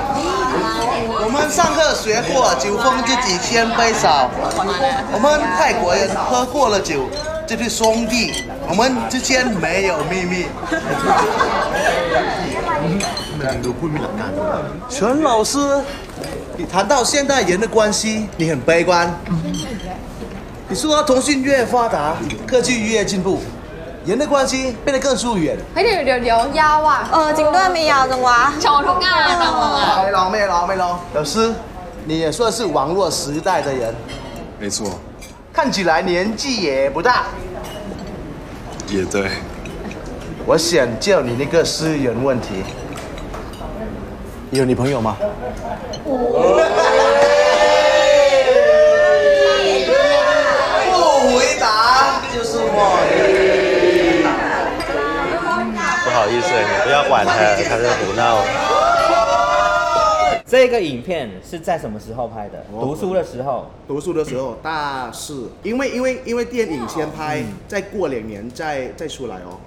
Speaker 5: 我们上课学过“酒逢知己千杯少”，我们泰国人喝过了酒就是兄弟，我们之间没有秘密。 การดูผู้มีหลักการ陈老师你谈到现代人的关系你很悲观你说到通讯越发达科技越进步人的关系变得更疏远
Speaker 6: เฮ้ยเดี๋ยวเดี๋ยวเดี๋ยวยาวอ่ะ
Speaker 7: เออจริงด้วยไม่ยาวจังวะ
Speaker 6: โชว์ทุกงานจังมึงอ่ะ
Speaker 5: 没了没了没了，老师，你也算是网络时代的人，
Speaker 8: 没错，
Speaker 5: 看起来年纪也不大。
Speaker 8: 也对。
Speaker 5: 我想叫你那个私人问题，你有女朋友吗？不回答就是我。
Speaker 9: 不好意思，你不要管他，他在胡闹。
Speaker 2: 这个影片是在什么时候拍的？读书的时候。
Speaker 3: 读书的时候，大四，因为因为因为电影先拍，再过两年再再出来哦。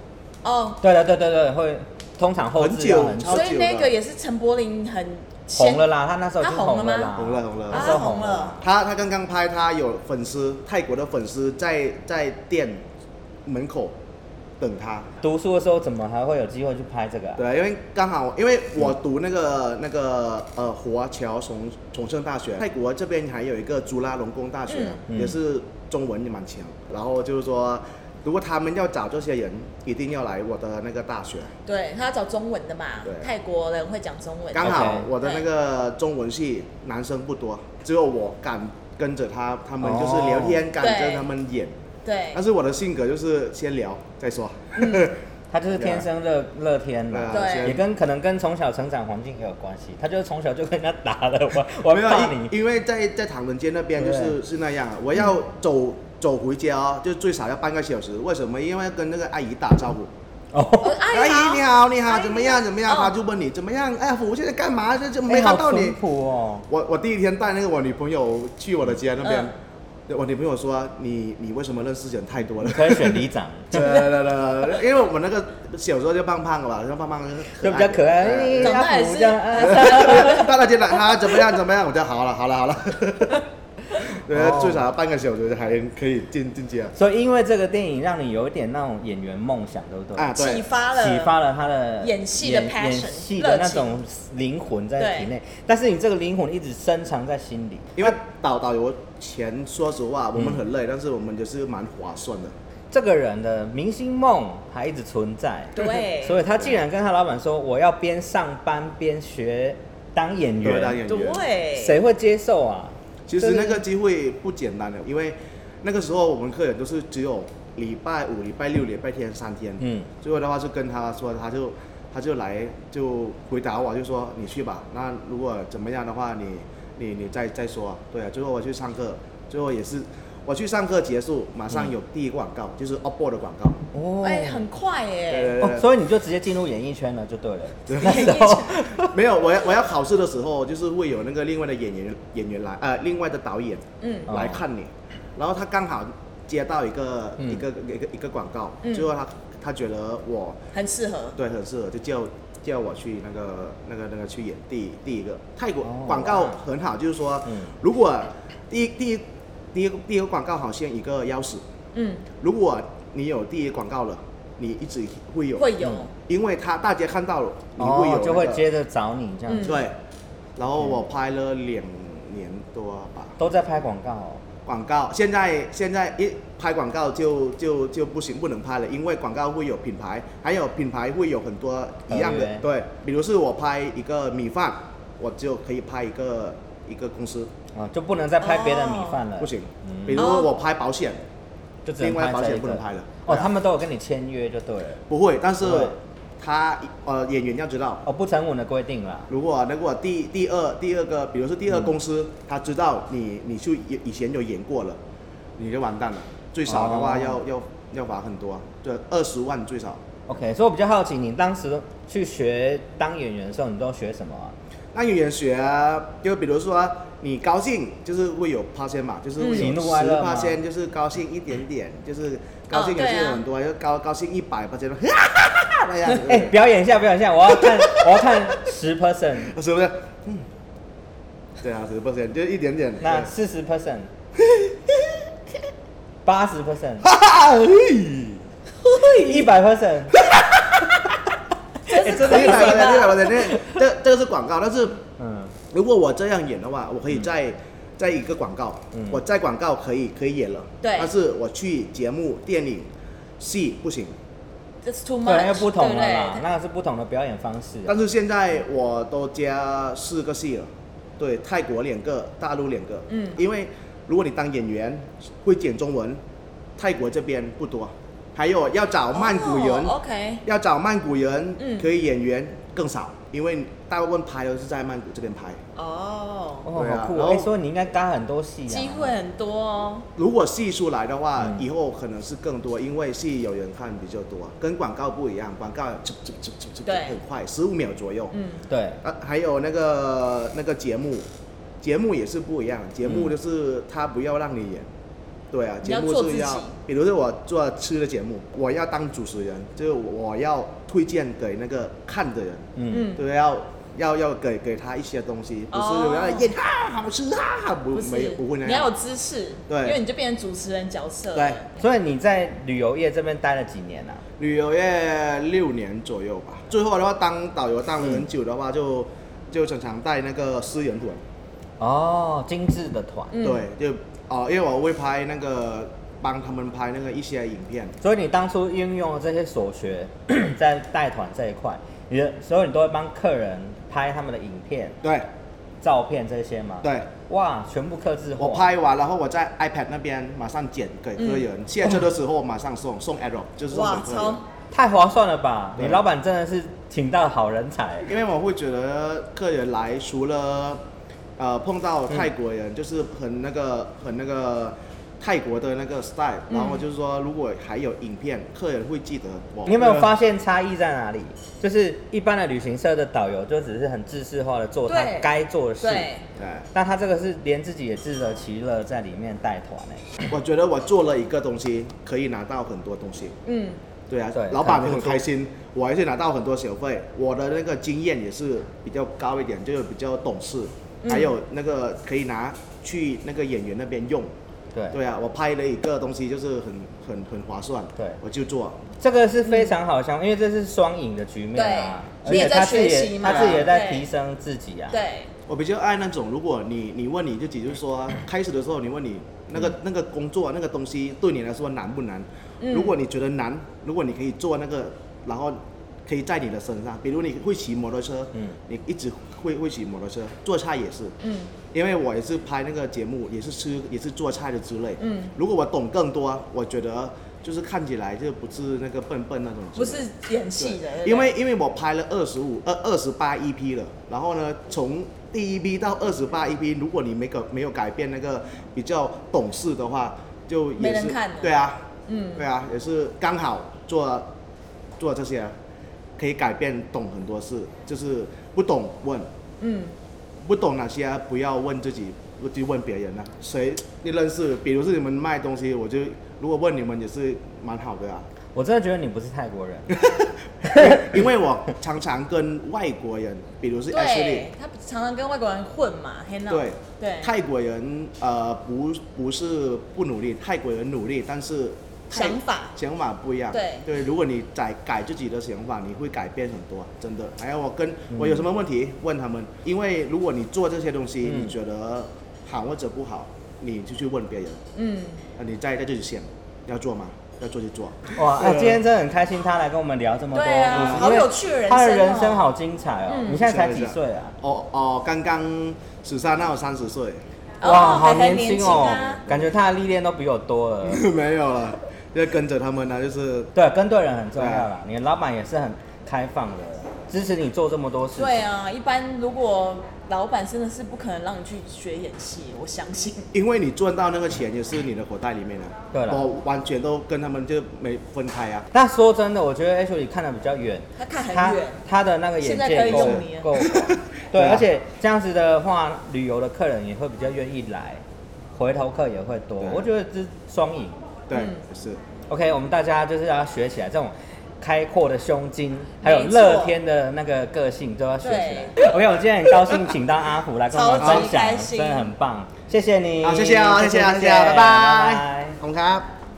Speaker 4: 哦，
Speaker 2: 对对对对对，会通常后置要很
Speaker 3: 很
Speaker 2: 久
Speaker 3: 久超
Speaker 4: 所
Speaker 3: 久
Speaker 4: 以那个也是陈柏霖很先
Speaker 2: 红了，啦，他那时候已经
Speaker 4: 他红了
Speaker 2: 红了
Speaker 4: 吗
Speaker 2: 啦，
Speaker 3: 红了红了，
Speaker 2: 那
Speaker 4: 啊
Speaker 2: 时候
Speaker 4: 红
Speaker 2: 红
Speaker 4: 了
Speaker 2: 了。
Speaker 3: 他他刚刚拍，他有粉丝，泰国的粉丝在在店门口等他。
Speaker 2: 读书的时候怎么还会有机会去拍这个啊、
Speaker 3: 对，因为刚好因为我读那个、那个呃华侨崇崇圣大学，泰国这边还有一个朱拉隆功大学，
Speaker 2: 嗯
Speaker 3: 也是中文也蛮强。然后就是说，如果他们要找这些人，一定要来我的那个大学。
Speaker 4: 对他要找中文的嘛
Speaker 3: 对，
Speaker 4: 泰国人会讲中文，
Speaker 3: 刚好
Speaker 2: 呃 OK 嗯
Speaker 3: 我的那个中文系男生不多，只有我敢跟着他，他们就是
Speaker 2: 哦
Speaker 3: 聊天，敢跟他们演。
Speaker 4: 对
Speaker 3: 但是我的性格就是先聊再说。
Speaker 2: 他就是天生乐乐天啦，
Speaker 3: 对啊
Speaker 4: 对
Speaker 2: 也跟可能跟从小成长环境也有关系。他就是从小就跟人家打了，我我
Speaker 3: 没有
Speaker 2: 怕，
Speaker 3: 因
Speaker 2: 你。
Speaker 3: 因为在在唐人街那边就是
Speaker 2: 对
Speaker 3: 是那样，啊我要走走回家哦，就最少要半个小时。为什么？因为要跟那个阿姨打招呼。
Speaker 2: 哦，
Speaker 4: 呃阿
Speaker 3: 阿姨你
Speaker 4: 好，
Speaker 3: 好，你好，怎么样？怎么样？
Speaker 4: 哦
Speaker 3: 她就问你怎么样？哎呀，我现在干嘛？这这
Speaker 2: 哎
Speaker 3: 没
Speaker 2: 好
Speaker 3: 看到你
Speaker 2: 淳。朴哦，
Speaker 3: 我我第一天带那个我女朋友去我的家那
Speaker 2: 嗯
Speaker 3: 边，我女朋友说你你为什么认识人太多了
Speaker 2: 你？可以选里长，
Speaker 3: 对对对，因为我们那个小时候就胖胖的嘛，就胖胖的
Speaker 2: 就比较可爱，哎
Speaker 4: 长大也
Speaker 2: 阿
Speaker 4: 是
Speaker 2: 福这样啊
Speaker 3: 到了进来，他怎么样怎么样，我就好了好了好了。 对，最少要半个小时还可以进进去啊。
Speaker 2: 所以因为这个电影让你有一点那种演员梦想，对不对？
Speaker 3: 啊，
Speaker 4: 启
Speaker 3: 对，
Speaker 4: 发了，
Speaker 2: 启发了他的
Speaker 4: 演戏的
Speaker 2: 演
Speaker 4: passion，
Speaker 2: 演戏的那种灵魂在体内，但是你这个灵魂一直深藏在心里。
Speaker 3: 因为导导游前说实话，我们很累，但是我们也是蛮划算的。
Speaker 2: 这个人的明星梦还一直存在，
Speaker 4: 对
Speaker 2: 所以他竟然跟他老板说：“我要边上班边学当演
Speaker 3: 对，当
Speaker 2: 员。
Speaker 3: 演员。
Speaker 4: 对，
Speaker 2: 谁会接受啊？
Speaker 3: 其实那个机会不简单的，因为那个时候我们客人都是只有礼拜五、礼拜六、礼拜天三天。
Speaker 2: 嗯，
Speaker 3: 最后的话就跟他说，他就他就来就回答我，就说你去吧。那如果怎么样的话，你你你再再说。对啊，最后我去上课，最后也是我去上课结束，马上有第一个广告，就是 OPPO 的广告。呃
Speaker 2: 哦
Speaker 4: 哎，很快
Speaker 3: 对
Speaker 4: 耶，
Speaker 3: 对
Speaker 2: 哦
Speaker 3: 对，
Speaker 2: 所以你就直接进入演艺圈了，就对了。那时
Speaker 4: 演艺
Speaker 2: 候
Speaker 3: 没有，我要我要考试的时候，就是会有那个另外的演员演员来，呃，另外的导演
Speaker 4: 嗯，
Speaker 3: 来看你，然后他刚好接到一个、
Speaker 2: 嗯
Speaker 3: 一个一个一个广告，
Speaker 4: 嗯
Speaker 3: 最后他他觉得我
Speaker 4: 很适合，
Speaker 3: 对，很适合，就叫叫我去那个那个那个去演第第一个泰国
Speaker 2: 哦
Speaker 3: 广告很好，就是说，
Speaker 2: 嗯
Speaker 3: 如果第一第一第一个第一个广告好像一个钥匙，
Speaker 4: 嗯，
Speaker 3: 如果你有第一广告了，你一直会有，嗯
Speaker 4: 会有，
Speaker 3: 因为他大家看到了，你会有、
Speaker 2: 哦，就会接，着找你这样
Speaker 4: 嗯
Speaker 2: 子，
Speaker 3: 对。然后我拍了两年多吧，
Speaker 2: 都在拍广告哦。
Speaker 3: 广告现在现在一拍广告就就就不行，不能拍了，因为广告会有品牌，还有品牌会有很多一样
Speaker 2: 合
Speaker 3: 的
Speaker 2: 约，
Speaker 3: 对，比如是我拍一个米饭，我就可以拍一个一个公司，
Speaker 2: 啊，就不能再拍别的米饭了，
Speaker 3: 哦不行，
Speaker 2: 嗯
Speaker 3: 比如我拍保险，
Speaker 2: 就只能
Speaker 3: 另外
Speaker 2: 拍
Speaker 3: 保
Speaker 2: 这
Speaker 3: 险
Speaker 2: 一
Speaker 3: 不
Speaker 2: 个
Speaker 3: 能拍了
Speaker 2: 哦，
Speaker 3: 对啊
Speaker 2: 他们都有跟你签约就对了，
Speaker 3: 不会，但是
Speaker 2: 不会
Speaker 3: 他呃演员要知道，
Speaker 2: 哦，不成文的规定啦。
Speaker 3: 如果如果第第二第二个，比如说第二公司，他知道你你去以以前有演过了，你就完蛋了，最少的话
Speaker 2: 哦
Speaker 3: 要、要要罚很多，对，二十万最少。
Speaker 2: OK，所以我比较好奇，你当时去学当演员的时候，你都学什么啊？
Speaker 3: 那语言学就比如说你高兴，就是会有 p a 嘛，就是会
Speaker 2: 喜
Speaker 3: 有
Speaker 2: 怒
Speaker 3: 十
Speaker 2: 哀乐嘛
Speaker 3: p 就是高兴一点点，就是高兴
Speaker 4: 哦
Speaker 3: 也
Speaker 4: 对
Speaker 3: 是
Speaker 4: 啊
Speaker 3: 很多，就高高兴一百 p a 哈哈哈哈 那样子，
Speaker 2: 哎、表演一下，表演一下，我要 看，我要看十 percent，
Speaker 3: 是不是？嗯，对啊，十 p 就一点点。
Speaker 2: 那
Speaker 3: 对
Speaker 2: 四十 percent，八十 percent，
Speaker 3: 哈哈，嘿
Speaker 2: 一百 percent，
Speaker 4: 哎这是
Speaker 2: 真
Speaker 4: 可
Speaker 2: 的
Speaker 4: 以
Speaker 3: 一百 p
Speaker 4: 的，
Speaker 3: 一百 p 这个这个是广告，但是
Speaker 2: 嗯，
Speaker 3: 如果我这样演的话，我
Speaker 4: 嗯
Speaker 3: 可以在、在一个广告，
Speaker 2: 嗯
Speaker 3: 我在广告可以可以演了，
Speaker 4: 对
Speaker 3: 但是我去节目、电影、戏不行。
Speaker 4: That's too
Speaker 2: 对，因
Speaker 4: much，
Speaker 2: 为不同了
Speaker 4: 对不
Speaker 2: 啦，
Speaker 4: 对？
Speaker 2: 那个是不同的表演方式啊。
Speaker 3: 但是现在我都加四个戏了，对，泰国两个，大陆两个，
Speaker 4: 嗯
Speaker 3: 因为如果你当演员会讲中文，泰国这边不多，还有要找曼谷人。
Speaker 4: 哦 OK，
Speaker 3: 要找曼谷人，
Speaker 4: 嗯
Speaker 3: 可以演员更少，因为大部分拍都是在曼谷这边拍。
Speaker 4: 哦，
Speaker 2: 哦，
Speaker 3: 对啊
Speaker 2: 好酷
Speaker 3: 然
Speaker 2: 哦！
Speaker 3: 后
Speaker 2: 哎，所以你应该搭很多戏啊。
Speaker 4: 机会很多哦。
Speaker 3: 如果戏数来的话，
Speaker 2: 嗯
Speaker 3: 以后可能是更多，因为戏有人看比较多，跟广告不一样，广告嘖嘖嘖嘖嘖
Speaker 4: 对
Speaker 3: 很快，十五秒左右。
Speaker 4: 嗯，
Speaker 2: 对，
Speaker 3: 啊，还有那个那个节目，节目也是不一样，节
Speaker 2: 嗯
Speaker 3: 目就是他不要让你演。对啊，
Speaker 4: 你
Speaker 3: 节
Speaker 4: 要
Speaker 3: 目
Speaker 4: 做
Speaker 3: 是
Speaker 4: 自
Speaker 3: 要
Speaker 4: 己，
Speaker 3: 比如说我做吃的节目，我要当主持人，就是我要推荐给那个看的人，
Speaker 2: 嗯，
Speaker 4: 嗯，
Speaker 3: 对，要要要给给他一些东西，不是
Speaker 4: 哦
Speaker 3: 我要演啊好吃啊，不
Speaker 4: 不是
Speaker 3: 没有不会那
Speaker 4: 你要
Speaker 3: 样
Speaker 4: 有。知识，
Speaker 3: 对
Speaker 4: 因为你就变成主持人角色了。
Speaker 3: 对，
Speaker 2: 所以你在旅游业这边待了几年啊？
Speaker 3: 旅游业六年左右吧，最后的话当导游当了很久的话，就就常常带那个私人团，
Speaker 2: 哦，精致的团，
Speaker 4: 嗯
Speaker 3: 对，就哦、因为我会拍那个帮他们拍那个一些影片，
Speaker 2: 所以你当初应用了这些所学， 在带团这一块，你的所以你都会帮客人拍他们的影片、
Speaker 3: 对
Speaker 2: 照片这些吗？，
Speaker 3: 对。
Speaker 2: 哇，全部克制化。
Speaker 3: 我拍完，然后我在 iPad 那边马上剪给客人，下车的时候马上送送 Arrow，就是送
Speaker 4: 嗯哇，
Speaker 3: 给客人
Speaker 4: 超。
Speaker 2: 太划算了吧！
Speaker 3: 对
Speaker 2: 你老板真的是请到好人才。
Speaker 3: 因为我会觉得客人来除了呃碰到
Speaker 2: 嗯
Speaker 3: 泰国人，就是很那个很那个泰国的那个 style，、然
Speaker 2: 嗯
Speaker 3: 后就是说如果还有影片，客人会记得我。
Speaker 2: 你有没有发现差异在哪里？就是一般的旅行社的导游就只是很制式化的做他
Speaker 4: 对
Speaker 2: 该做的事，
Speaker 4: 对，
Speaker 3: 对，
Speaker 2: 但他这个是连自己也自得其乐在里面带团哎，
Speaker 3: 我觉得我做了一个东西，可以拿到很多东西。
Speaker 4: 嗯，
Speaker 3: 对啊，
Speaker 2: 对
Speaker 3: 老板
Speaker 2: 很不
Speaker 3: 也很
Speaker 2: 错
Speaker 3: 开心，我还是拿到很多小费，我的那个经验也是比较高一点，就是比较懂事，
Speaker 2: 嗯
Speaker 3: 还有那个可以拿去那个演员那边用。
Speaker 2: 对
Speaker 3: 对啊，我拍了一个东西，就是很很很划算，
Speaker 2: 对
Speaker 3: 我就做。
Speaker 2: 这个是非常好相，因为这是双赢的局面啊，
Speaker 4: 对
Speaker 2: 而且他自己
Speaker 4: 你也在学习
Speaker 2: 也
Speaker 4: 嘛
Speaker 2: 他自己也在
Speaker 4: 对
Speaker 2: 提升自己啊，
Speaker 4: 对，
Speaker 3: 我比较爱那种，如果你你问你自己，就是说开始的时候你问你那个、
Speaker 4: 嗯
Speaker 3: 那个工作啊那个东西对你来说难不难？如果你觉得难，如果你可以做那个，然后可以在你的身上，比如你会骑摩托车，
Speaker 2: 嗯
Speaker 3: 你一直会会骑摩托车，做菜也是，
Speaker 4: 嗯，
Speaker 3: 因为我也是拍那个节目，也是吃，也是做菜的之类。
Speaker 4: 嗯，
Speaker 3: 如果我懂更多，我觉得就是看起来就不是那个笨笨那种之类的。
Speaker 4: 不是演戏的，对不对
Speaker 3: 因为因为我拍了二十五呃二二十八 EP 了，然后呢，从第一批到二十八 EP，如果你没改没有改变那个比较懂事的话，就也是
Speaker 4: 没人看了
Speaker 3: 对啊，
Speaker 4: 嗯
Speaker 3: 对啊，也是刚好做做这些，可以改变懂很多事，就是不懂问，
Speaker 4: 嗯，
Speaker 3: 不懂哪些不要问自己，就问别人啊。谁你认识？比如是你们卖东西，我就如果问你们也是蛮好的啊。
Speaker 2: 我真的觉得你不是泰国 人，
Speaker 3: 因为我常常跟外国人，比如是 Ashley，
Speaker 4: 对，他常常跟外国人混嘛，黑闹，
Speaker 3: 对
Speaker 4: 对，
Speaker 3: 泰国人呃不不是不努力，泰国人努力，但是泰
Speaker 4: 想法
Speaker 3: 想法不一样。
Speaker 4: 对
Speaker 3: 对，如果你改改自己的想法，你会改变很多，真的。还有我跟我有什么问题问他们，因为如果你做这些东西，
Speaker 2: 嗯
Speaker 3: 你觉得好或者不好，你就去问别人，
Speaker 4: 嗯，
Speaker 3: 呃你再再自己想要做吗？要做就做。
Speaker 2: 哇，
Speaker 3: 对
Speaker 2: 哎
Speaker 3: 啊
Speaker 2: 今天真的很开心，他来跟我们聊这么多故
Speaker 4: 对啊
Speaker 2: 事，
Speaker 4: 好
Speaker 2: 因为
Speaker 4: 有趣的人生哦
Speaker 2: 他的人生好精彩哦，
Speaker 4: 嗯
Speaker 2: 你现在才几岁啊？
Speaker 3: 哦哦，刚刚十三到三十岁，
Speaker 4: 哦
Speaker 2: 哇，好
Speaker 4: 还很
Speaker 2: 年轻
Speaker 4: 轻
Speaker 2: 哦
Speaker 4: 啊，
Speaker 2: 感觉他的历练都比我多了。
Speaker 3: 没有了，就跟着他们呢，就是
Speaker 2: 对，跟对人很重要
Speaker 3: 对啊
Speaker 2: 啦。你的老板也是很开放的，支持你做这么多事情。
Speaker 4: 对啊，一般如果老板真的是不可能让你去学演戏，我相信，
Speaker 3: 因为你赚到那个钱也是你的口袋里面的、
Speaker 2: 对啦
Speaker 3: 我完全都跟他们就没分开啊。
Speaker 2: 那说真的，我觉得 H 你看得比较远，
Speaker 4: 他看很
Speaker 2: 他
Speaker 4: 远，
Speaker 2: 他的那个眼
Speaker 4: 现在可
Speaker 2: 界
Speaker 4: 以
Speaker 2: 够
Speaker 4: 用你了
Speaker 2: 够广。
Speaker 3: 对
Speaker 2: 对，
Speaker 3: 啊
Speaker 2: 而且这样子的话，旅游的客人也会比较愿意来，回头客也会多
Speaker 3: 对。
Speaker 2: 我觉得这是双赢。
Speaker 3: 对，
Speaker 4: 嗯
Speaker 3: 是。
Speaker 2: OK，我们大家就是要学起来这种开阔的胸襟，还有
Speaker 4: 没错
Speaker 2: 乐天的那个个性都要学起
Speaker 4: 对
Speaker 2: 来。OK，我今天很高兴请到阿虎来跟我们
Speaker 4: 超级
Speaker 2: 分享
Speaker 4: 开，心
Speaker 2: 真的很棒，谢谢你。哦
Speaker 3: 啊好，谢谢哦，谢谢啊，谢谢啊，拜拜，红咖。